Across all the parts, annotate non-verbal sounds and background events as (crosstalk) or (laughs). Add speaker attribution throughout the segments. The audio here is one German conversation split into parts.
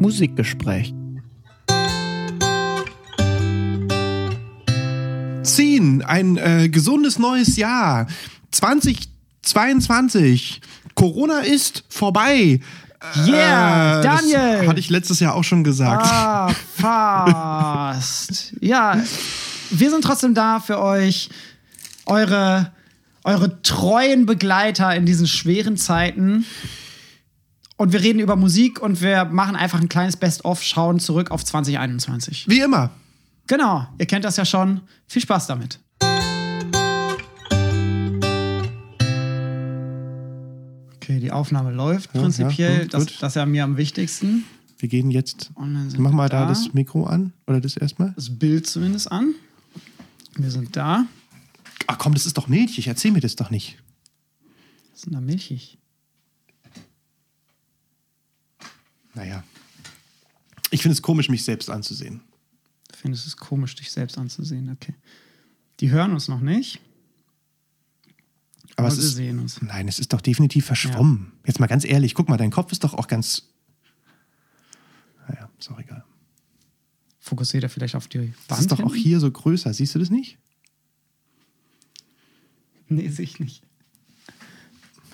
Speaker 1: Musikgespräch.
Speaker 2: Ziehen, ein äh, gesundes neues Jahr. 2022. Corona ist vorbei. Äh,
Speaker 1: Yeah, Daniel!
Speaker 2: Das hatte ich letztes Jahr auch schon gesagt.
Speaker 1: Ah, fast. ja, wir sind trotzdem da für euch, eure, eure treuen Begleiter in diesen schweren Zeiten. Und wir reden über Musik und wir machen einfach ein kleines Best-of, schauen zurück auf 2021.
Speaker 2: Wie immer.
Speaker 1: Genau, ihr kennt das ja schon. Viel Spaß damit. Okay, die Aufnahme läuft
Speaker 2: Ja,
Speaker 1: prinzipiell.
Speaker 2: ja, gut,
Speaker 1: das,
Speaker 2: gut.
Speaker 1: das ist ja mir am wichtigsten.
Speaker 2: Wir gehen jetzt.
Speaker 1: Und dann sind
Speaker 2: Mach
Speaker 1: Oh wir
Speaker 2: mal da
Speaker 1: da.
Speaker 2: das Mikro an. Oder das erstmal.
Speaker 1: das Bild zumindest an. Wir sind da.
Speaker 2: Ach komm, das ist doch milchig. Erzähl mir das doch nicht.
Speaker 1: Was ist denn da milchig?
Speaker 2: Naja. Ich finde es komisch, mich selbst anzusehen.
Speaker 1: Du findest es komisch, dich selbst anzusehen. Okay. Die hören uns noch nicht,
Speaker 2: Aber
Speaker 1: aber
Speaker 2: es
Speaker 1: sie
Speaker 2: ist,
Speaker 1: sehen uns.
Speaker 2: Nein, es ist doch definitiv verschwommen. Jetzt mal ganz ehrlich, guck mal, dein Kopf ist doch auch ganz. Naja, ist auch egal.
Speaker 1: Fokussiert er vielleicht auf die Wand?
Speaker 2: Das ist doch auch
Speaker 1: hinten?
Speaker 2: hier so größer. Siehst du das nicht?
Speaker 1: (laughs) Nee, sehe ich nicht.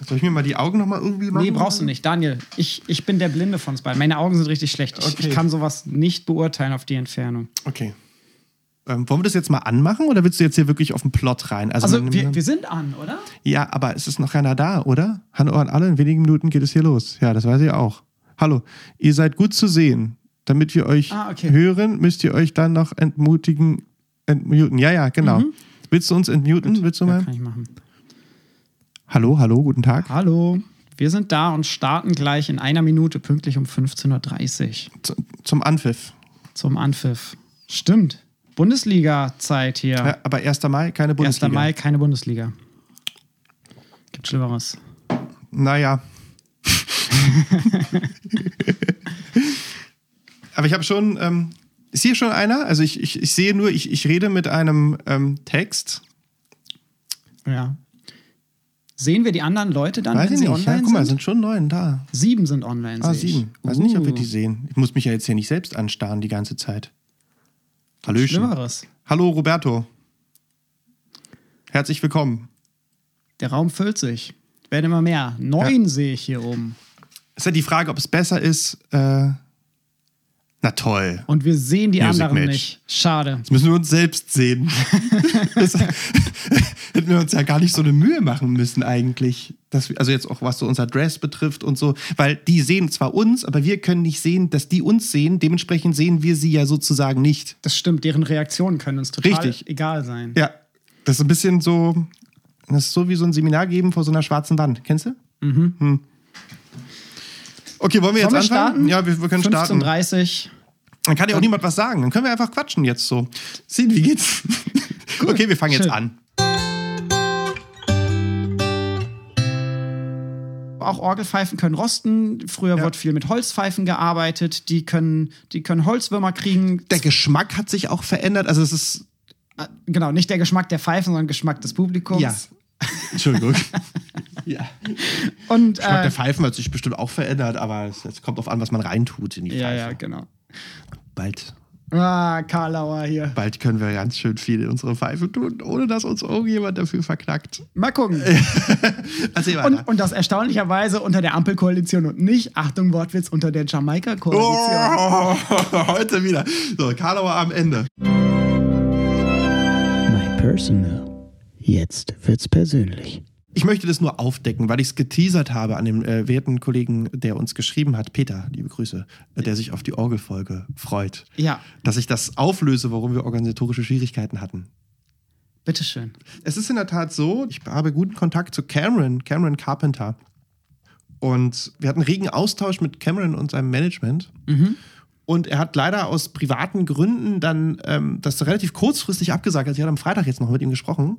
Speaker 2: Soll ich mir mal die Augen nochmal irgendwie machen?
Speaker 1: Nee, brauchst du nicht. Daniel, ich, ich bin der Blinde von uns beiden. Meine Augen sind richtig schlecht. Ich,
Speaker 2: Okay.
Speaker 1: ich kann sowas nicht beurteilen auf die Entfernung.
Speaker 2: Okay. Ähm, wollen wir das jetzt mal anmachen oder willst du jetzt hier wirklich auf den Plot rein?
Speaker 1: Also,
Speaker 2: man-
Speaker 1: wir, wir sind an, oder?
Speaker 2: ja, aber es ist noch keiner da, oder? Hallo an alle, in wenigen Minuten geht es hier los. Ja, das weiß ich auch. Hallo, ihr seid gut zu sehen. Damit wir euch
Speaker 1: Ah, okay.
Speaker 2: hören, müsst ihr euch dann noch entmutigen, entmuten. Ja, ja, genau. Willst du uns entmuten? Willst du
Speaker 1: Mhm. Ja,
Speaker 2: mal?
Speaker 1: kann ich machen.
Speaker 2: Hallo, hallo, guten Tag.
Speaker 1: Hallo, wir sind da und starten gleich in einer Minute pünktlich um 15.30 Uhr.
Speaker 2: Z zum Anpfiff.
Speaker 1: zum Anpfiff. Stimmt. Bundesliga-Zeit hier.
Speaker 2: Ja, aber 1. Mai, keine
Speaker 1: 1.
Speaker 2: Bundesliga.
Speaker 1: Mai, keine Bundesliga. Gibt Schlimmeres. (laughs)
Speaker 2: Naja. aber ich habe schon. Ähm, ist hier schon einer? Also ich, ich, ich sehe nur, ich, ich rede mit einem ähm, Text.
Speaker 1: Ja. Sehen wir die anderen Leute dann,
Speaker 2: Weiß
Speaker 1: wenn
Speaker 2: ich
Speaker 1: sie
Speaker 2: nicht. Ja,
Speaker 1: online
Speaker 2: guck mal,
Speaker 1: sind?
Speaker 2: sind schon neun da.
Speaker 1: Sieben sind online.
Speaker 2: Ah,
Speaker 1: sehe ich.
Speaker 2: sieben. Weiß nicht, ob wir
Speaker 1: Uh,
Speaker 2: die sehen. Ich muss mich ja jetzt hier nicht selbst anstarren die ganze Zeit. Hallöchen.
Speaker 1: Schlimmeres.
Speaker 2: Hallo, Roberto. Herzlich willkommen.
Speaker 1: Der Raum füllt sich. Werden immer mehr. Neun sehe ich hier oben.
Speaker 2: Ist ja die Frage, ob es besser ist. Äh, na toll.
Speaker 1: Und wir sehen die
Speaker 2: Music
Speaker 1: anderen
Speaker 2: Match.
Speaker 1: nicht. Schade.
Speaker 2: Jetzt müssen wir uns selbst (laughs) sehen. das hätten wir uns ja gar nicht so eine Mühe machen müssen eigentlich. Dass wir, also jetzt auch was so unser Dress betrifft und so, weil die sehen zwar uns, aber wir können nicht sehen, dass die uns sehen. Dementsprechend sehen wir sie ja sozusagen nicht.
Speaker 1: Das stimmt, deren Reaktionen können uns total
Speaker 2: Richtig.
Speaker 1: egal sein.
Speaker 2: Ja, das ist ein bisschen so, das ist so wie so ein Seminar geben vor so einer schwarzen Wand. Kennst du? Mhm. Okay, wollen wir
Speaker 1: Sollen
Speaker 2: jetzt
Speaker 1: wir
Speaker 2: anfangen?
Speaker 1: starten?
Speaker 2: Ja, wir, wir können starten.
Speaker 1: 15.30 Uhr.
Speaker 2: Dann kann ja auch niemand was sagen. Dann können wir einfach quatschen jetzt so. Sehen, wie geht's? (laughs) okay, wir fangen jetzt
Speaker 1: Schön.
Speaker 2: an.
Speaker 1: Auch Orgelpfeifen können rosten. Früher wurde viel mit Holzpfeifen gearbeitet. Die können, die können Holzwürmer kriegen.
Speaker 2: Der Geschmack hat sich auch verändert. Also es ist.
Speaker 1: Äh, Genau, nicht der Geschmack der Pfeifen, sondern Geschmack des Publikums.
Speaker 2: Ja. (laughs)
Speaker 1: (laughs)
Speaker 2: Entschuldigung. ja.
Speaker 1: Und
Speaker 2: Geschmack
Speaker 1: äh,
Speaker 2: der Pfeifen hat sich bestimmt auch verändert, aber es, es kommt auf an, was man reintut in die
Speaker 1: ja,
Speaker 2: Pfeife.
Speaker 1: ja, genau.
Speaker 2: Bald,
Speaker 1: Ah, Karlauer hier.
Speaker 2: bald können wir ganz schön viel in unsere Pfeife tun, ohne dass uns irgendjemand dafür verknackt.
Speaker 1: Mal gucken.
Speaker 2: Erzähl weiter.
Speaker 1: Und, und das erstaunlicherweise unter der Ampelkoalition und nicht, Achtung, Wortwitz, unter der Jamaika-Koalition.
Speaker 2: Oh, (laughs) heute wieder. So, Karlauer am Ende.
Speaker 3: My Personal. Jetzt wird's persönlich.
Speaker 2: Ich möchte das nur aufdecken, weil ich es geteasert habe an dem äh, werten Kollegen, der uns geschrieben hat, Peter, liebe Grüße, äh, der sich auf die Orgelfolge freut.
Speaker 1: Ja,
Speaker 2: Dass ich das auflöse, warum wir organisatorische Schwierigkeiten hatten.
Speaker 1: bitteschön.
Speaker 2: Es ist in der Tat so, ich habe guten Kontakt zu Cameron, Cameron Carpenter. Und wir hatten regen Austausch mit Cameron und seinem Management. Und er hat leider aus privaten Gründen dann ähm, das relativ kurzfristig abgesagt. Also ich hatte am Freitag jetzt noch mit ihm gesprochen.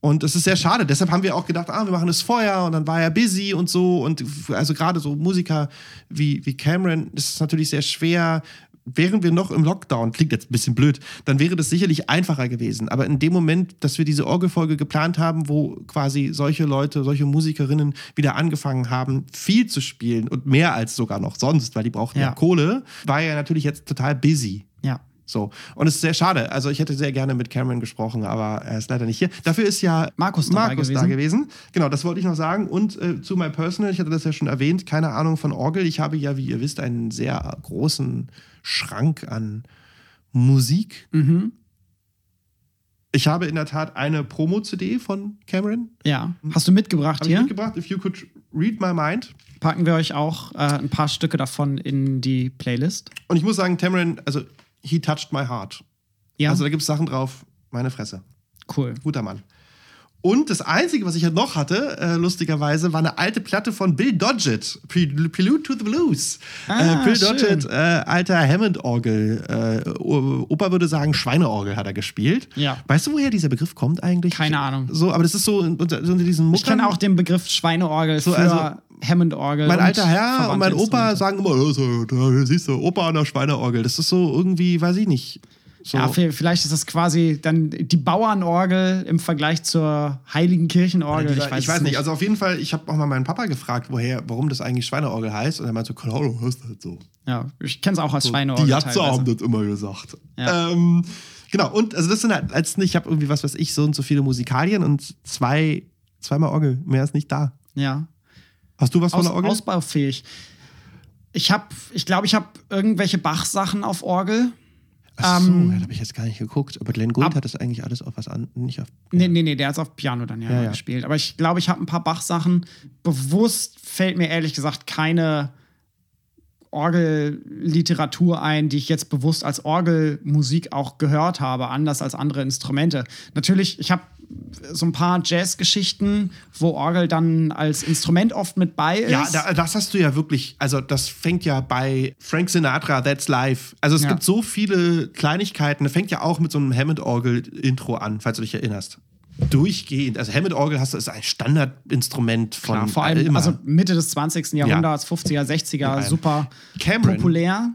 Speaker 2: Und es ist sehr schade. Deshalb haben wir auch gedacht, ah, wir machen das vorher und dann war er busy und so. Und f- also gerade so Musiker wie, wie Cameron, das ist natürlich sehr schwer, wären wir noch im Lockdown, klingt jetzt ein bisschen blöd, dann wäre das sicherlich einfacher gewesen. Aber in dem Moment, dass wir diese Orgelfolge geplant haben, wo quasi solche Leute, solche Musikerinnen wieder angefangen haben, viel zu spielen und mehr als sogar noch sonst, weil die brauchten ja,
Speaker 1: Ja.
Speaker 2: Kohle, war ja natürlich jetzt total busy.
Speaker 1: Ja.
Speaker 2: So. Und es ist sehr schade. Also ich hätte sehr gerne mit Cameron gesprochen, aber er ist leider nicht hier. Dafür ist ja
Speaker 1: Markus dabei
Speaker 2: da gewesen. Genau, das wollte ich noch sagen. Und äh, zu My Personal, ich hatte das ja schon erwähnt, keine Ahnung von Orgel. Ich habe ja, wie ihr wisst, einen sehr großen Schrank an Musik.
Speaker 1: Mhm.
Speaker 2: Ich habe in der Tat eine Promo-CD von Cameron.
Speaker 1: Ja. Hast du mitgebracht
Speaker 2: Habe ich
Speaker 1: hier?
Speaker 2: mitgebracht. If you could read my mind.
Speaker 1: Packen wir euch auch äh, ein paar Stücke davon in die Playlist.
Speaker 2: Und ich muss sagen, Cameron, also, he touched my heart.
Speaker 1: Ja,
Speaker 2: Also da gibt es Sachen drauf, meine Fresse.
Speaker 1: cool.
Speaker 2: Guter Mann. Und das Einzige, was ich halt noch hatte, äh, lustigerweise, war eine alte Platte von Bill Dodgett, Pre Prelude to the Blues.
Speaker 1: Ah,
Speaker 2: äh, Bill
Speaker 1: schön.
Speaker 2: Dodgett, äh, alter Hammond-Orgel. Äh, O- Opa würde sagen, Schweineorgel hat er gespielt.
Speaker 1: Ja.
Speaker 2: Weißt du, woher dieser Begriff kommt eigentlich?
Speaker 1: Keine Ahnung.
Speaker 2: So, aber das ist so unter, so unter diesen Muckern.
Speaker 1: Ich kenne auch den Begriff Schweineorgel für
Speaker 2: also,
Speaker 1: Hammond-Orgel.
Speaker 2: Mein
Speaker 1: und
Speaker 2: alter Herr und
Speaker 1: verwandte
Speaker 2: mein Opa
Speaker 1: Instrumente.
Speaker 2: sagen immer, "Oh, so, da siehst du, Opa an der Schweineorgel. Das ist so irgendwie, weiß ich nicht. So.
Speaker 1: Ja, vi- vielleicht ist das quasi dann die Bauernorgel im Vergleich zur Heiligen Kirchenorgel.
Speaker 2: Dieser, ich weiß,
Speaker 1: es
Speaker 2: nicht. Also auf jeden Fall, ich habe auch mal meinen Papa gefragt, woher, warum das eigentlich Schweineorgel heißt. Und er meinte, keine Ahnung, heißt halt so.
Speaker 1: ja, ich kenne es auch als Schweineorgel.
Speaker 2: Die Jatze
Speaker 1: teilweise.
Speaker 2: haben das immer gesagt.
Speaker 1: Ja.
Speaker 2: Ähm, genau, und also das sind halt letzten, ich habe irgendwie was, was ich, so und so viele Musikalien und zwei, zweimal Orgel. Mehr ist nicht da.
Speaker 1: Ja.
Speaker 2: Hast du was von
Speaker 1: Aus,
Speaker 2: der Orgel?
Speaker 1: ausbaufähig. Ich habe, ich glaube, ich habe irgendwelche Bach-Sachen auf Orgel.
Speaker 2: Ach so,
Speaker 1: ähm,
Speaker 2: ja, da habe ich jetzt gar nicht geguckt. Aber Glenn Gould
Speaker 1: ab-
Speaker 2: hat das eigentlich alles auf was an, nicht auf.
Speaker 1: Nee, nee, nee, der hat es auf Piano dann ja,
Speaker 2: Ja,
Speaker 1: mal
Speaker 2: ja.
Speaker 1: gespielt. Aber ich glaube, ich habe ein paar Bach-Sachen. Bewusst fällt mir ehrlich gesagt keine Orgelliteratur ein, die ich jetzt bewusst als Orgelmusik auch gehört habe, anders als andere Instrumente. Natürlich, ich habe so ein paar Jazzgeschichten, wo Orgel dann als Instrument oft mit bei ist.
Speaker 2: Ja, da, das hast du ja wirklich, also das fängt ja bei Frank Sinatra, That's Life. Also es
Speaker 1: Ja.
Speaker 2: gibt so viele Kleinigkeiten. Das fängt ja auch mit so einem Hammond-Orgel-Intro an, falls du dich erinnerst. Durchgehend. Also Hammond-Orgel hast du, ist ein Standardinstrument von
Speaker 1: Klar, vor allem
Speaker 2: immer.
Speaker 1: also Mitte des 20. Jahrhunderts, 50er, 60er,
Speaker 2: Nein.
Speaker 1: super
Speaker 2: Cameron.
Speaker 1: populär.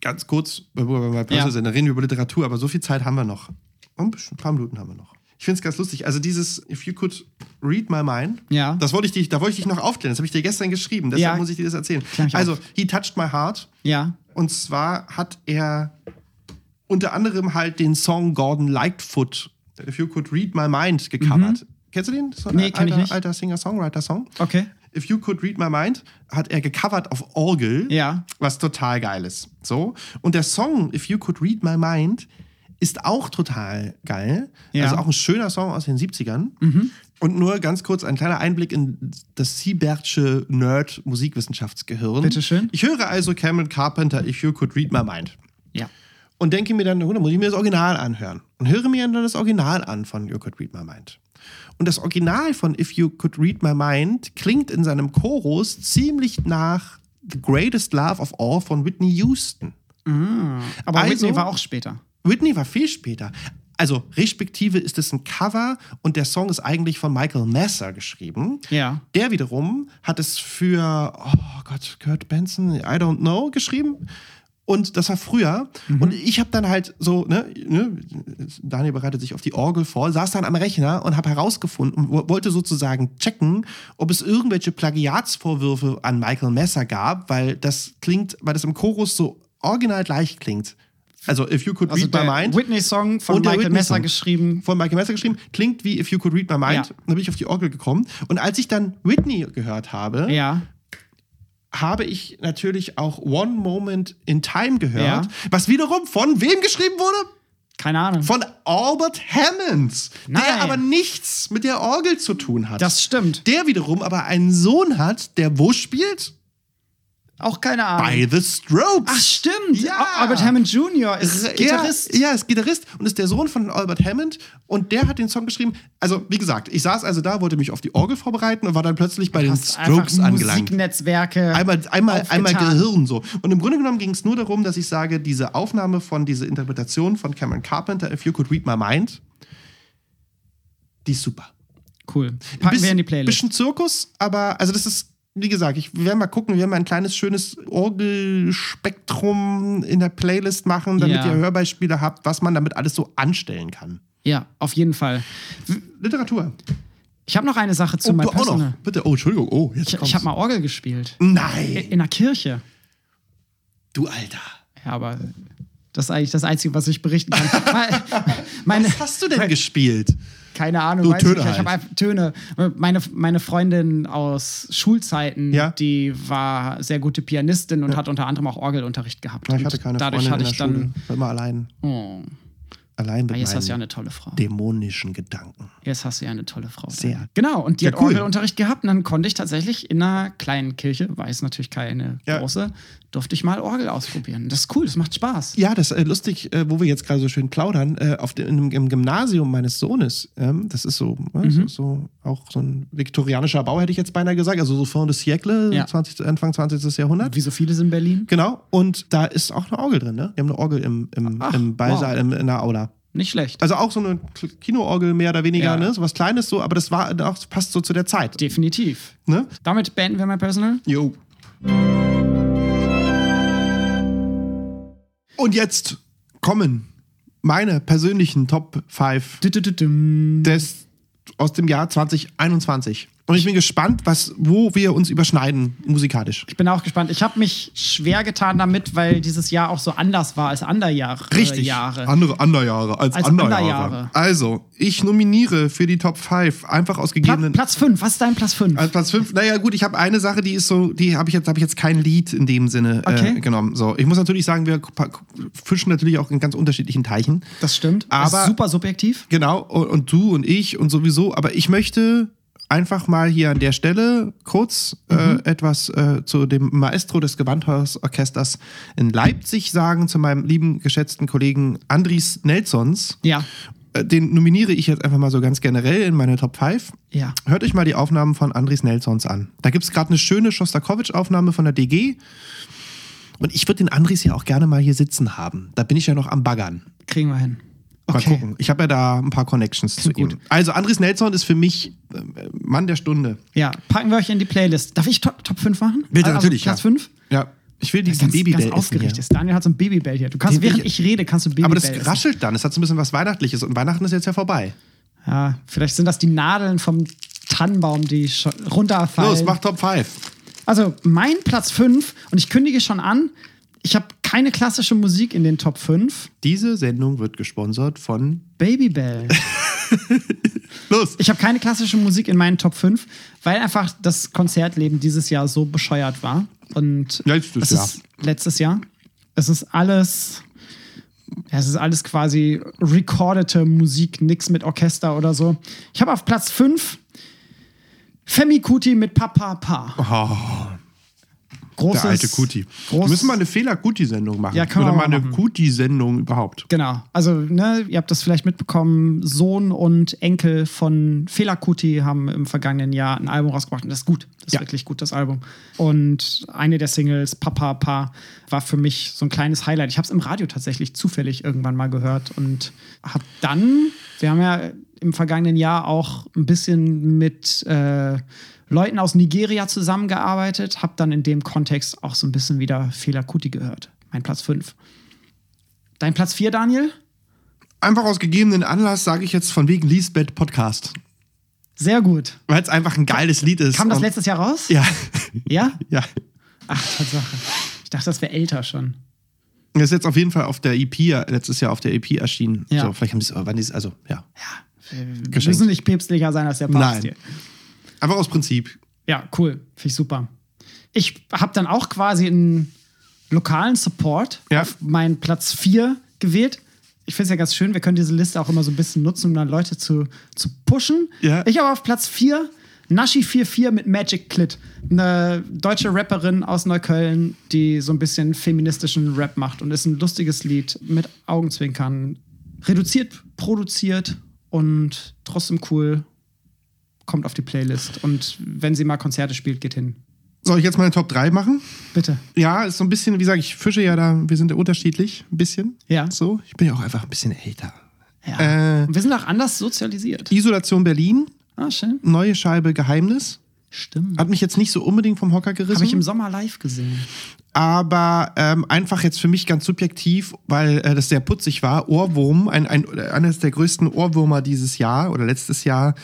Speaker 2: Ganz kurz, worüber wir mal böse
Speaker 1: Ja.
Speaker 2: sind, dann reden wir über Literatur, aber so viel Zeit haben wir noch. Ein bisschen- ein paar Minuten haben wir noch. Ich finde es ganz lustig. Also dieses If you could read my mind,
Speaker 1: Ja.
Speaker 2: das wollte ich dich, da wollte ich dich noch aufklären. Das habe ich dir gestern geschrieben, deshalb
Speaker 1: Ja.
Speaker 2: muss ich dir das erzählen.
Speaker 1: Klär mich
Speaker 2: Also,
Speaker 1: auf.
Speaker 2: he touched my heart.
Speaker 1: Ja.
Speaker 2: Und zwar hat er unter anderem halt den Song Gordon Lightfoot, If You Could Read My Mind, gecovert. Kennst du den? So ein
Speaker 1: Mhm. Nee, kenn ich
Speaker 2: alter,
Speaker 1: nicht.
Speaker 2: Alter Singer-Songwriter-Song.
Speaker 1: Okay.
Speaker 2: If You Could Read My Mind hat er gecovert auf Orgel,
Speaker 1: Ja.
Speaker 2: was total geil ist. So. Und der Song If You Could Read My Mind ist auch total geil.
Speaker 1: Ja. Mhm.
Speaker 2: Also auch ein schöner Song aus den 70ern. Und nur ganz kurz ein kleiner Einblick in das Siebertsche Nerd-Musikwissenschaftsgehirn.
Speaker 1: Bitteschön.
Speaker 2: Ich höre also Cameron Carpenter If You Could Read My Mind
Speaker 1: Ja.
Speaker 2: und denke mir dann, "Oh, dann muss ich mir das Original anhören. Und höre mir dann das Original an von You Could Read My Mind. Und das Original von If You Could Read My Mind klingt in seinem Chorus ziemlich nach The Greatest Love of All von Whitney Houston.
Speaker 1: Aber
Speaker 2: Also-
Speaker 1: Whitney war auch später.
Speaker 2: Whitney war viel später. Also, respektive ist es ein Cover und der Song ist eigentlich von Michael Messer geschrieben.
Speaker 1: Ja.
Speaker 2: Der wiederum hat es für, oh Gott, Kurt Benson, I don't know, geschrieben. Und das war früher.
Speaker 1: Mhm.
Speaker 2: Und ich habe dann halt so, ne, ne, Daniel bereitet sich auf die Orgel vor, saß dann am Rechner und habe herausgefunden, wo- wollte sozusagen checken, ob es irgendwelche Plagiatsvorwürfe an Michael Messer gab, weil das klingt, weil das im Chorus so original gleich klingt. Also, if you could
Speaker 1: Also
Speaker 2: read my
Speaker 1: der
Speaker 2: mind
Speaker 1: Whitney-Song von
Speaker 2: Und der
Speaker 1: Michael
Speaker 2: Whitney
Speaker 1: Messer
Speaker 2: Song.
Speaker 1: geschrieben.
Speaker 2: von Michael Messer geschrieben, klingt wie If You Could Read My Mind.
Speaker 1: Ja.
Speaker 2: Dann bin ich auf die Orgel gekommen. Und als ich dann Whitney gehört habe,
Speaker 1: Ja.
Speaker 2: habe ich natürlich auch One Moment in Time gehört,
Speaker 1: Ja.
Speaker 2: was wiederum von wem geschrieben wurde?
Speaker 1: Keine Ahnung.
Speaker 2: Von Albert Hammond,
Speaker 1: Nein.
Speaker 2: der aber nichts mit der Orgel zu tun hat.
Speaker 1: das stimmt.
Speaker 2: der wiederum aber einen Sohn hat, der wo spielt?
Speaker 1: Auch keine Ahnung.
Speaker 2: By the Strokes.
Speaker 1: Ach, stimmt.
Speaker 2: Ja.
Speaker 1: Al- Albert Hammond Jr. ist Gitarrist.
Speaker 2: Ja, ja, ist Gitarrist und ist der Sohn von Albert Hammond. Und der hat den Song geschrieben. Also, wie gesagt, ich saß also da, wollte mich auf die Orgel vorbereiten und war dann plötzlich bei den
Speaker 1: Hast
Speaker 2: Strokes
Speaker 1: einfach
Speaker 2: angelangt.
Speaker 1: Musiknetzwerke.
Speaker 2: Einmal, einmal,
Speaker 1: aufgetan.
Speaker 2: einmal Gehirn so. Und im Grunde genommen ging es nur darum, dass ich sage, diese Aufnahme von, diese Interpretation von Cameron Carpenter, If You Could Read My Mind, die ist super.
Speaker 1: Cool. Packen wir in die Playlist.
Speaker 2: Bisschen Zirkus, aber also das ist wie gesagt, ich werde mal gucken, wir werden mal ein kleines schönes Orgelspektrum in der Playlist machen, damit
Speaker 1: Ja.
Speaker 2: ihr Hörbeispiele habt, was man damit alles so anstellen kann.
Speaker 1: Ja, auf jeden Fall.
Speaker 2: Literatur.
Speaker 1: Ich habe noch eine Sache zu
Speaker 2: Oh,
Speaker 1: My
Speaker 2: du auch
Speaker 1: Personal.
Speaker 2: noch. Bitte. Oh, Entschuldigung. Oh, jetzt
Speaker 1: Ich,
Speaker 2: kommt's.
Speaker 1: ich habe mal Orgel gespielt.
Speaker 2: Nein,
Speaker 1: In der Kirche.
Speaker 2: du Alter.
Speaker 1: Ja, aber das ist eigentlich das Einzige, was ich
Speaker 2: (laughs)
Speaker 1: berichten kann. Meine,
Speaker 2: Was hast du denn gespielt?
Speaker 1: keine Ahnung,
Speaker 2: Du,
Speaker 1: weiß ich
Speaker 2: Töne
Speaker 1: nicht. ich habe
Speaker 2: halt.
Speaker 1: einfach Töne. Meine, meine Freundin aus Schulzeiten,
Speaker 2: Ja.
Speaker 1: die war sehr gute Pianistin und hat unter anderem auch Orgelunterricht gehabt.
Speaker 2: Na, ich Ah,
Speaker 1: Und
Speaker 2: hatte keine
Speaker 1: Dadurch
Speaker 2: Freundin
Speaker 1: hatte
Speaker 2: in der
Speaker 1: ich dann.
Speaker 2: Schule. War immer allein.
Speaker 1: Oh,
Speaker 2: Allein mit
Speaker 1: jetzt
Speaker 2: meinen
Speaker 1: hast du ja eine tolle Frau.
Speaker 2: dämonischen Gedanken.
Speaker 1: Jetzt hast du ja eine tolle Frau.
Speaker 2: Sehr.
Speaker 1: Genau, und die
Speaker 2: Ja,
Speaker 1: hat
Speaker 2: cool.
Speaker 1: Orgelunterricht gehabt und dann konnte ich tatsächlich in einer kleinen Kirche, war es natürlich keine
Speaker 2: Ja.
Speaker 1: große, durfte ich mal Orgel ausprobieren. Das ist cool, das macht Spaß.
Speaker 2: Ja, das ist äh, lustig, äh, wo wir jetzt gerade so schön plaudern. Äh, auf dem, im, Im Gymnasium meines Sohnes, ähm, das ist so, äh, so, so auch so ein viktorianischer Bau, hätte ich jetzt beinahe gesagt. Also so fin de siècle,
Speaker 1: Ja.
Speaker 2: 20, Anfang 20. Jahrhundert.
Speaker 1: Wie so vieles in Berlin.
Speaker 2: Genau, und da ist auch eine Orgel drin, ne? Die haben eine Orgel im, im,
Speaker 1: Ach,
Speaker 2: im Ballsaal, im, in der Aula.
Speaker 1: Nicht schlecht.
Speaker 2: Also auch so eine K- Kinoorgel mehr oder weniger,
Speaker 1: Ja.
Speaker 2: ne? So was Kleines so, aber das war auch, passt so zu der Zeit.
Speaker 1: Definitiv.
Speaker 2: Ne?
Speaker 1: Damit beenden wir mein Personal.
Speaker 2: Jo. Und jetzt kommen meine persönlichen Top 5
Speaker 1: Dü-dü-dü-düm.
Speaker 2: des, aus dem Jahr 2021. Und ich bin gespannt, was, wo wir uns überschneiden musikalisch.
Speaker 1: Ich bin auch gespannt. Ich habe mich schwer getan damit, weil dieses Jahr auch so anders war als andere Jahre.
Speaker 2: Richtig.
Speaker 1: Jahre.
Speaker 2: Andere Anderjahre als,
Speaker 1: Als
Speaker 2: andere
Speaker 1: Anderjahre.
Speaker 2: Jahre. Also, ich nominiere für die Top 5 einfach aus
Speaker 1: Pla
Speaker 2: gegebenen.
Speaker 1: Platz 5. Was ist dein Platz 5?
Speaker 2: Also Platz 5, naja gut, ich habe eine Sache, die ist so, die habe ich jetzt, habe ich jetzt kein Lied in dem Sinne
Speaker 1: Okay.
Speaker 2: äh, genommen. So, ich muss natürlich sagen, wir pa- fischen natürlich auch in ganz unterschiedlichen Teichen.
Speaker 1: das stimmt. Das
Speaker 2: aber-
Speaker 1: ist super subjektiv.
Speaker 2: Genau, und, und du und ich und sowieso, aber ich möchte einfach mal hier an der Stelle kurz
Speaker 1: Mhm.
Speaker 2: äh, etwas äh, zu dem Maestro des Gewandhausorchesters in Leipzig sagen, zu meinem lieben, geschätzten Kollegen Andries Nelsons.
Speaker 1: Ja.
Speaker 2: Äh, Den nominiere ich jetzt einfach mal so ganz generell in meine Top 5.
Speaker 1: Ja.
Speaker 2: Hört euch mal die Aufnahmen von Andris Nelsons an. Da gibt es gerade eine schöne Schostakowitsch-Aufnahme von der DG. Und ich würde den Andris ja auch gerne mal hier sitzen haben. Da bin ich ja noch am Baggern.
Speaker 1: Kriegen wir hin.
Speaker 2: Mal
Speaker 1: Okay.
Speaker 2: gucken. Ich habe ja da ein paar Connections zu ihm.
Speaker 1: gut.
Speaker 2: Also Andris Nelson ist für mich äh, Mann der Stunde.
Speaker 1: Ja. Packen wir euch in die Playlist. Darf ich Top, Top 5 machen?
Speaker 2: Bitte,
Speaker 1: also
Speaker 2: natürlich,
Speaker 1: Platz
Speaker 2: ja.
Speaker 1: 5?
Speaker 2: Ja, ich will diesen
Speaker 1: Ganz,
Speaker 2: Babybell
Speaker 1: ganz
Speaker 2: essen hier.
Speaker 1: aufgeregt ist. Daniel hat so ein Babybell hier. Du kannst,
Speaker 2: Den
Speaker 1: während
Speaker 2: will
Speaker 1: ich
Speaker 2: ich-
Speaker 1: rede, kannst du ein Babybell
Speaker 2: Aber das
Speaker 1: essen.
Speaker 2: raschelt dann. Es hat so ein bisschen was Weihnachtliches. Und Weihnachten ist jetzt ja vorbei.
Speaker 1: Ja, vielleicht sind das die Nadeln vom Tannenbaum, die schon runterfallen.
Speaker 2: Los, mach Top 5.
Speaker 1: Also mein Platz 5, und ich kündige schon an, ich habe keine klassische Musik in den Top 5.
Speaker 2: Diese Sendung wird gesponsert von...
Speaker 1: Babybell.
Speaker 2: Los!
Speaker 1: Ich habe keine klassische Musik in meinen Top 5, weil einfach das Konzertleben dieses Jahr so bescheuert war. Und
Speaker 2: Letztes
Speaker 1: es
Speaker 2: Jahr.
Speaker 1: Ist letztes Jahr. Es ist alles. Ja, es ist alles quasi recordete Musik, nix mit Orchester oder so. Ich habe auf Platz 5 Femi Kuti mit Papa Pa. Großes,
Speaker 2: Oh. Der alte Kuti. Wir
Speaker 1: Groß,
Speaker 2: müssen mal eine Fehler-Kuti-Sendung machen.
Speaker 1: Ja, können
Speaker 2: Oder
Speaker 1: wir
Speaker 2: mal
Speaker 1: mal
Speaker 2: eine
Speaker 1: machen.
Speaker 2: Kuti-Sendung überhaupt.
Speaker 1: Genau. Also, ne, ihr habt das vielleicht mitbekommen, Sohn und Enkel von Fela Kuti haben im vergangenen Jahr ein Album rausgebracht und das ist gut. Das ist
Speaker 2: Ja.
Speaker 1: wirklich gut, das Album. Und eine der Singles, Papa Pa, war für mich so ein kleines Highlight. Ich habe es im Radio tatsächlich zufällig irgendwann mal gehört und habe dann, wir haben ja im vergangenen Jahr auch ein bisschen mit äh, Leuten aus Nigeria zusammengearbeitet, habe dann in dem Kontext auch so ein bisschen wieder Fela Kuti gehört. Mein Platz 5. Dein Platz 4, Daniel?
Speaker 2: Einfach aus gegebenen Anlass sage ich jetzt von wegen Lisbeth Podcast.
Speaker 1: Sehr gut.
Speaker 2: Weil es einfach ein geiles Lied ist.
Speaker 1: Kam das
Speaker 2: Und-
Speaker 1: letztes Jahr raus?
Speaker 2: (laughs) Ja,
Speaker 1: Ja?
Speaker 2: ja.
Speaker 1: Ach, Tatsache. Ich dachte, das wäre älter schon.
Speaker 2: Das ist jetzt auf jeden Fall auf der EP, ja, letztes Jahr auf der EP erschienen.
Speaker 1: Ja.
Speaker 2: So, vielleicht haben sie es, wann ist also, ja.
Speaker 1: Wir
Speaker 2: Geschenkt.
Speaker 1: müssen nicht päpstlicher sein als der Papst
Speaker 2: Nein.
Speaker 1: hier.
Speaker 2: Einfach aus Prinzip.
Speaker 1: Ja, cool. Finde ich super. Ich habe dann auch quasi einen lokalen Support
Speaker 2: Ja.
Speaker 1: auf meinen Platz 4 gewählt. Ich finde es ja ganz schön, wir können diese Liste auch immer so ein bisschen nutzen, um dann Leute zu, zu pushen.
Speaker 2: Ja.
Speaker 1: Ich habe auf Platz 4 Nashi44 mit Magic Clit. Eine deutsche Rapperin aus Neukölln, die so ein bisschen feministischen Rap macht und ist ein lustiges Lied mit Augenzwinkern. Reduziert, produziert und trotzdem cool kommt auf die Playlist und wenn sie mal Konzerte spielt, geht hin.
Speaker 2: Soll ich jetzt meine Top 3 machen?
Speaker 1: Bitte.
Speaker 2: Ja, ist so ein bisschen, wie sage ich, fische ja da, wir sind ja unterschiedlich, ein bisschen.
Speaker 1: Ja.
Speaker 2: So, ich bin ja auch einfach ein bisschen älter.
Speaker 1: Ja.
Speaker 2: Äh.
Speaker 1: Und wir sind auch anders sozialisiert.
Speaker 2: Isolation Berlin,
Speaker 1: Ah, schön.
Speaker 2: neue Scheibe Geheimnis.
Speaker 1: Stimmt.
Speaker 2: Hat mich jetzt nicht so unbedingt vom Hocker gerissen.
Speaker 1: Habe ich im Sommer live gesehen.
Speaker 2: aber ähm, einfach jetzt für mich ganz subjektiv, weil äh, das sehr putzig war. Ohrwurm, ein, ein, eines der größten Ohrwürmer dieses Jahr oder letztes Jahr,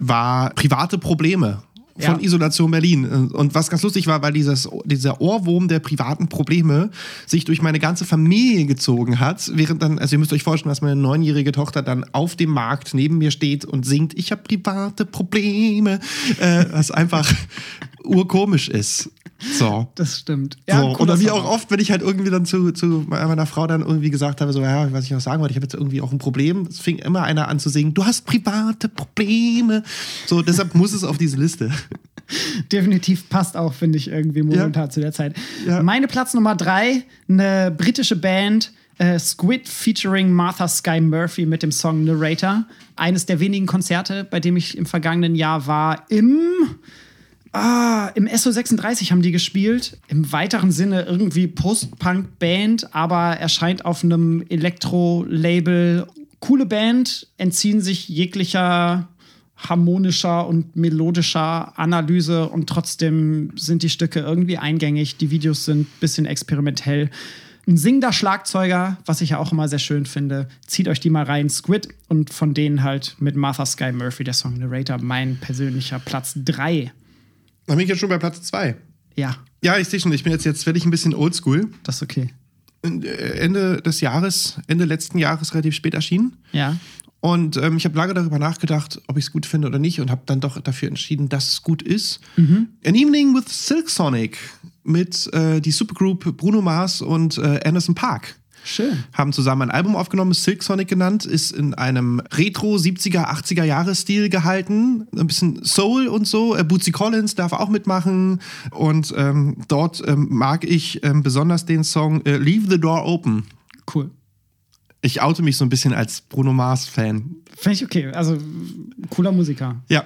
Speaker 2: war private Probleme von
Speaker 1: Ja.
Speaker 2: Isolation Berlin. Und was ganz lustig war, weil dieses, dieser Ohrwurm der privaten Probleme sich durch meine ganze Familie gezogen hat, während dann, also ihr müsst euch vorstellen, dass meine neunjährige Tochter dann auf dem Markt neben mir steht und singt, ich habe private Probleme, äh, was einfach (laughs) urkomisch ist. So.
Speaker 1: Das stimmt.
Speaker 2: so.
Speaker 1: cooler
Speaker 2: Oder wie
Speaker 1: Song.
Speaker 2: auch oft, wenn ich halt irgendwie dann zu, zu meiner Frau dann irgendwie gesagt habe, so, ja, was ich noch sagen wollte, ich habe jetzt irgendwie auch ein Problem. Es fing immer einer an zu singen, du hast private Probleme. So, deshalb muss es auf diese Liste. (laughs)
Speaker 1: Definitiv passt auch, finde ich, irgendwie momentan zu der Zeit.
Speaker 2: Ja.
Speaker 1: Meine Platz Nummer drei, eine britische Band, äh, Squid featuring Martha Sky Murphy mit dem Song Narrator. Eines der wenigen Konzerte, bei dem ich im vergangenen Jahr war, im, ah, im SO36 haben die gespielt. Im weiteren Sinne irgendwie Post-Punk-Band, aber erscheint auf einem Elektro-Label. Coole Band, entziehen sich jeglicher harmonischer und melodischer Analyse und trotzdem sind die Stücke irgendwie eingängig. Die Videos sind ein bisschen experimentell. Ein singender Schlagzeuger, was ich ja auch immer sehr schön finde. Zieht euch die mal rein, Squid. Und von denen halt mit Martha Sky Murphy, der Song Narrator, mein persönlicher Platz 3.
Speaker 2: Dann bin ich jetzt schon bei Platz 2.
Speaker 1: Ja,
Speaker 2: Ja, ich sehe schon, ich bin jetzt, jetzt werde ich ein bisschen oldschool.
Speaker 1: das ist okay.
Speaker 2: Äh, Ende des Jahres, Ende letzten Jahres relativ spät erschienen.
Speaker 1: Ja.
Speaker 2: Und ähm, ich habe lange darüber nachgedacht, ob ich es gut finde oder nicht und habe dann doch dafür entschieden, dass es gut ist. An Evening with Silk Sonic mit äh, die Supergroup Bruno Mars und äh, Anderson Park
Speaker 1: Schön.
Speaker 2: haben zusammen ein Album aufgenommen, Silk Sonic genannt, ist in einem Retro 70er, 80er Jahre Stil gehalten, ein bisschen Soul und so. Äh, Bootsy Collins darf auch mitmachen und ähm, dort ähm, mag ich ähm, besonders den Song äh, Leave the Door Open.
Speaker 1: Cool.
Speaker 2: Ich oute mich so ein bisschen als Bruno Mars Fan.
Speaker 1: Finde ich okay. Also, cooler Musiker.
Speaker 2: Ja.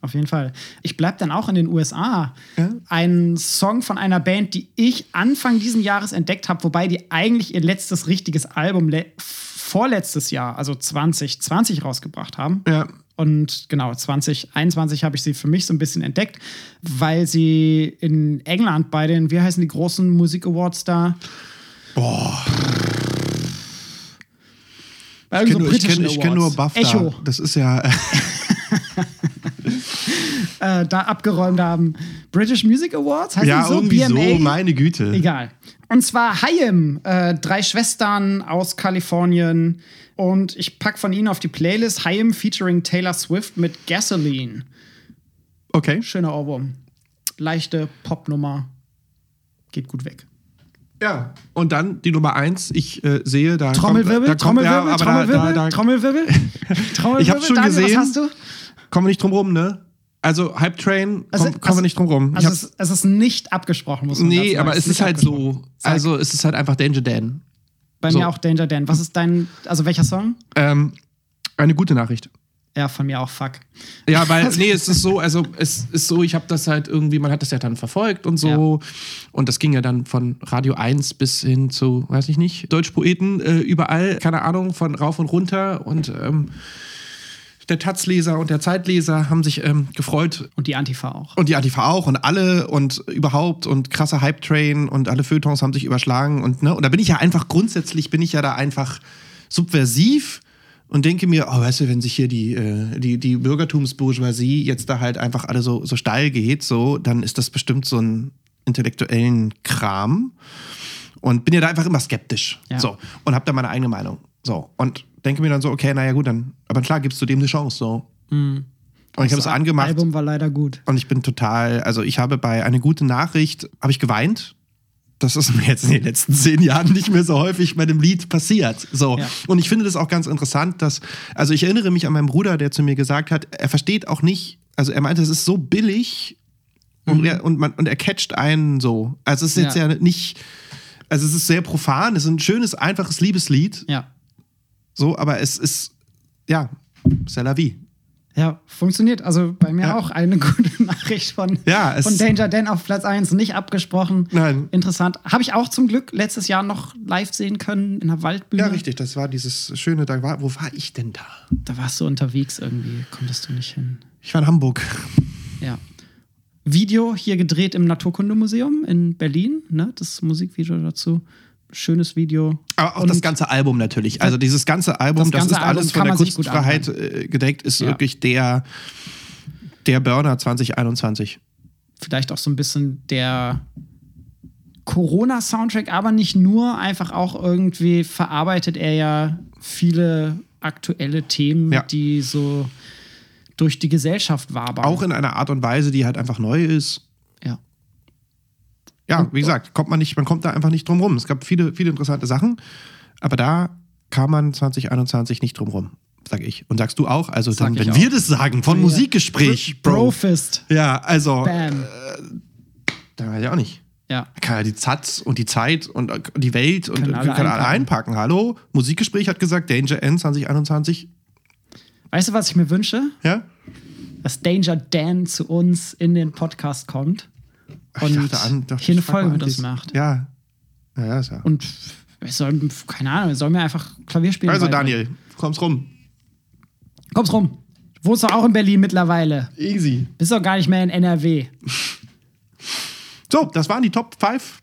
Speaker 1: Auf jeden Fall. Ich bleibe dann auch in den USA. Ein Song von einer Band, die ich Anfang diesen Jahres entdeckt habe, wobei die eigentlich ihr letztes richtiges Album le vorletztes Jahr, also 2020, rausgebracht haben.
Speaker 2: Ja.
Speaker 1: Und genau, 2021 habe ich sie für mich so ein bisschen entdeckt, weil sie in England bei den, wie heißen die großen Musik Awards da? Boah.
Speaker 2: Ich kenne nur, ich kenn, ich kenn nur BAFTA.
Speaker 1: Echo.
Speaker 2: Das ist ja
Speaker 1: äh, da abgeräumt haben. British Music Awards? Heißt
Speaker 2: ja
Speaker 1: die so?
Speaker 2: irgendwie
Speaker 1: BMA?
Speaker 2: so, meine Güte.
Speaker 1: Egal. Und zwar Hayim, äh, drei Schwestern aus Kalifornien. Und ich packe von ihnen auf die Playlist Hayim featuring Taylor Swift mit Gasoline.
Speaker 2: Okay.
Speaker 1: Schöner Ohrwurm. Leichte Popnummer. Geht gut weg.
Speaker 2: Ja. Und dann die Nummer eins. Ich äh, sehe da
Speaker 1: Trommelwirbel,
Speaker 2: kommt, da kommt, ja, aber
Speaker 1: Trommelwirbel, Trommelwirbel,
Speaker 2: da, da, da
Speaker 1: Trommelwirbel, Trommelwirbel.
Speaker 2: (laughs) Ich hab's schon
Speaker 1: Daniel,
Speaker 2: gesehen.
Speaker 1: Was hast du?
Speaker 2: kommen wir nicht drum rum, ne? Also Hype Train, komm,
Speaker 1: Also-
Speaker 2: kommen
Speaker 1: also-
Speaker 2: wir nicht drum rum.
Speaker 1: Also
Speaker 2: ich
Speaker 1: es, es ist nicht abgesprochen, muss man dazu
Speaker 2: nee,
Speaker 1: sagen.
Speaker 2: aber es ist
Speaker 1: nicht
Speaker 2: halt
Speaker 1: abgesprochen.
Speaker 2: so. Also es ist halt einfach Danger Dan.
Speaker 1: Bei
Speaker 2: so.
Speaker 1: mir auch Danger Dan. Was ist dein, also welcher Song?
Speaker 2: Ähm, eine gute Nachricht.
Speaker 1: Ja, von mir auch Fuck.
Speaker 2: Ja, weil, nee, es ist so, also es ist so, ich habe das halt irgendwie, man hat das ja dann verfolgt und so. Und das ging ja dann von Radio 1 bis hin zu, weiß ich nicht, Deutschpoeten äh, überall, keine Ahnung, von rauf und runter. Und ähm, der Taz-Leser und der Zeitleser haben sich ähm, gefreut.
Speaker 1: Und die Antifa auch.
Speaker 2: Und die Antifa auch und alle und überhaupt und krasse Hype-Train und alle Feuilletons haben sich überschlagen. Und, ne, und da bin ich ja einfach grundsätzlich, bin ich ja da einfach subversiv und denke mir, oh, weißt du, wenn sich hier die, äh, die, die Bürgertumsbourgeoisie jetzt da halt einfach alle so, so steil geht, so, dann ist das bestimmt so ein intellektuellen Kram. Und bin ja da einfach immer skeptisch.
Speaker 1: Ja.
Speaker 2: So. Und habe da meine eigene Meinung. So. Und denke mir dann so, okay, naja, gut, dann, aber klar gibst du dem eine Chance, so. Und ich habe es
Speaker 1: Das
Speaker 2: angemacht.
Speaker 1: Album war leider gut.
Speaker 2: Und ich bin total, also ich habe bei eine gute Nachricht, habe ich geweint. Das ist (laughs) mir jetzt in den letzten zehn Jahren nicht mehr so häufig bei dem Lied passiert. So.
Speaker 1: Ja.
Speaker 2: Und ich finde das auch ganz interessant, dass, also ich erinnere mich an meinen Bruder, der zu mir gesagt hat, er versteht auch nicht, also er meinte, es ist so billig und, er, und, man, und er catcht einen so. Also es ist jetzt ja,
Speaker 1: Mhm. Ja.
Speaker 2: nicht, also es ist sehr profan, es ist ein schönes, einfaches Liebeslied,
Speaker 1: Ja.
Speaker 2: so, aber es ist, ja, c'est la vie.
Speaker 1: Ja, funktioniert. Also bei mir
Speaker 2: Ja.
Speaker 1: auch eine (laughs) gute Nachricht von,
Speaker 2: Ja, es-
Speaker 1: von Danger Dan auf Platz 1, nicht abgesprochen.
Speaker 2: Nein.
Speaker 1: Interessant. Habe ich auch zum Glück letztes Jahr noch live sehen können in der Waldbühne.
Speaker 2: Ja, richtig, das war dieses schöne, da war, wo war ich denn da?
Speaker 1: Da warst du unterwegs irgendwie, konntest du nicht hin.
Speaker 2: Ich war in Hamburg.
Speaker 1: Ja. Video hier gedreht im Naturkundemuseum in Berlin. Ne? Das Musikvideo dazu. Schönes Video.
Speaker 2: Aber auch das
Speaker 1: Und-
Speaker 2: ganze Album natürlich. Also dieses ganze Album, das,
Speaker 1: Das ganze
Speaker 2: ist alles
Speaker 1: Album
Speaker 2: von
Speaker 1: kann
Speaker 2: der
Speaker 1: man sich gut
Speaker 2: Kunstfreiheit äh, gedeckt, ist
Speaker 1: Ja.
Speaker 2: wirklich der, der Burner 2021.
Speaker 1: vielleicht auch so ein bisschen der Corona-Soundtrack, aber nicht nur, einfach auch irgendwie verarbeitet er ja viele aktuelle Themen,
Speaker 2: Ja.
Speaker 1: die so durch die Gesellschaft wabern.
Speaker 2: Auch in einer Art und Weise, die halt einfach neu ist.
Speaker 1: ja.
Speaker 2: Ja, wie gesagt, kommt man nicht, man kommt da einfach nicht drum rum. Es gab viele, viele interessante Sachen, aber da kam man 2021 nicht drum rum, sag ich. Und sagst du auch, also dann,
Speaker 1: ich
Speaker 2: wenn
Speaker 1: auch.
Speaker 2: wir das sagen, von Musikgespräch,
Speaker 1: Bro-
Speaker 2: Bro.
Speaker 1: Brofist.
Speaker 2: Ja, also,
Speaker 1: Bam.
Speaker 2: da weiß ich auch nicht.
Speaker 1: ja.
Speaker 2: Da kann ja die Zatz und die Zeit und äh, die Welt und
Speaker 1: Können
Speaker 2: und
Speaker 1: alle
Speaker 2: kann alle einpacken. Hallo? Musikgespräch hat gesagt, Danger N 2021.
Speaker 1: Weißt du, was ich mir wünsche?
Speaker 2: Ja?
Speaker 1: Dass Danger Dan zu uns in den Podcast kommt
Speaker 2: ich
Speaker 1: Und
Speaker 2: dachte an, dachte,
Speaker 1: hier eine
Speaker 2: ich frag mal
Speaker 1: Folge mit
Speaker 2: Andis.
Speaker 1: uns macht.
Speaker 2: Ja. Ja, ja, ist ja.
Speaker 1: und es soll, keine Ahnung, es soll mir einfach Klavier spielen.
Speaker 2: also,
Speaker 1: beibringen.
Speaker 2: Daniel, komm's rum.
Speaker 1: Komm's rum. Wohnst du auch in Berlin mittlerweile?
Speaker 2: Easy.
Speaker 1: Bist doch gar nicht mehr in NRW.
Speaker 2: So, das waren die Top 5,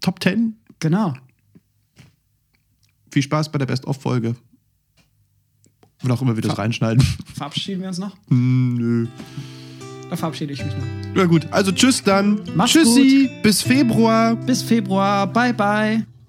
Speaker 2: Top 10.
Speaker 1: Genau.
Speaker 2: Viel Spaß bei der Best-of-Folge. Und auch immer wir das reinschneiden. (laughs) Hm,
Speaker 1: Verabschieden wir uns noch?
Speaker 2: Nö.
Speaker 1: Da verabschiede ich mich noch.
Speaker 2: Na gut, also tschüss dann.
Speaker 1: Macht's
Speaker 2: Tschüssi, bis Februar.
Speaker 1: Bis Februar. Bye, bye.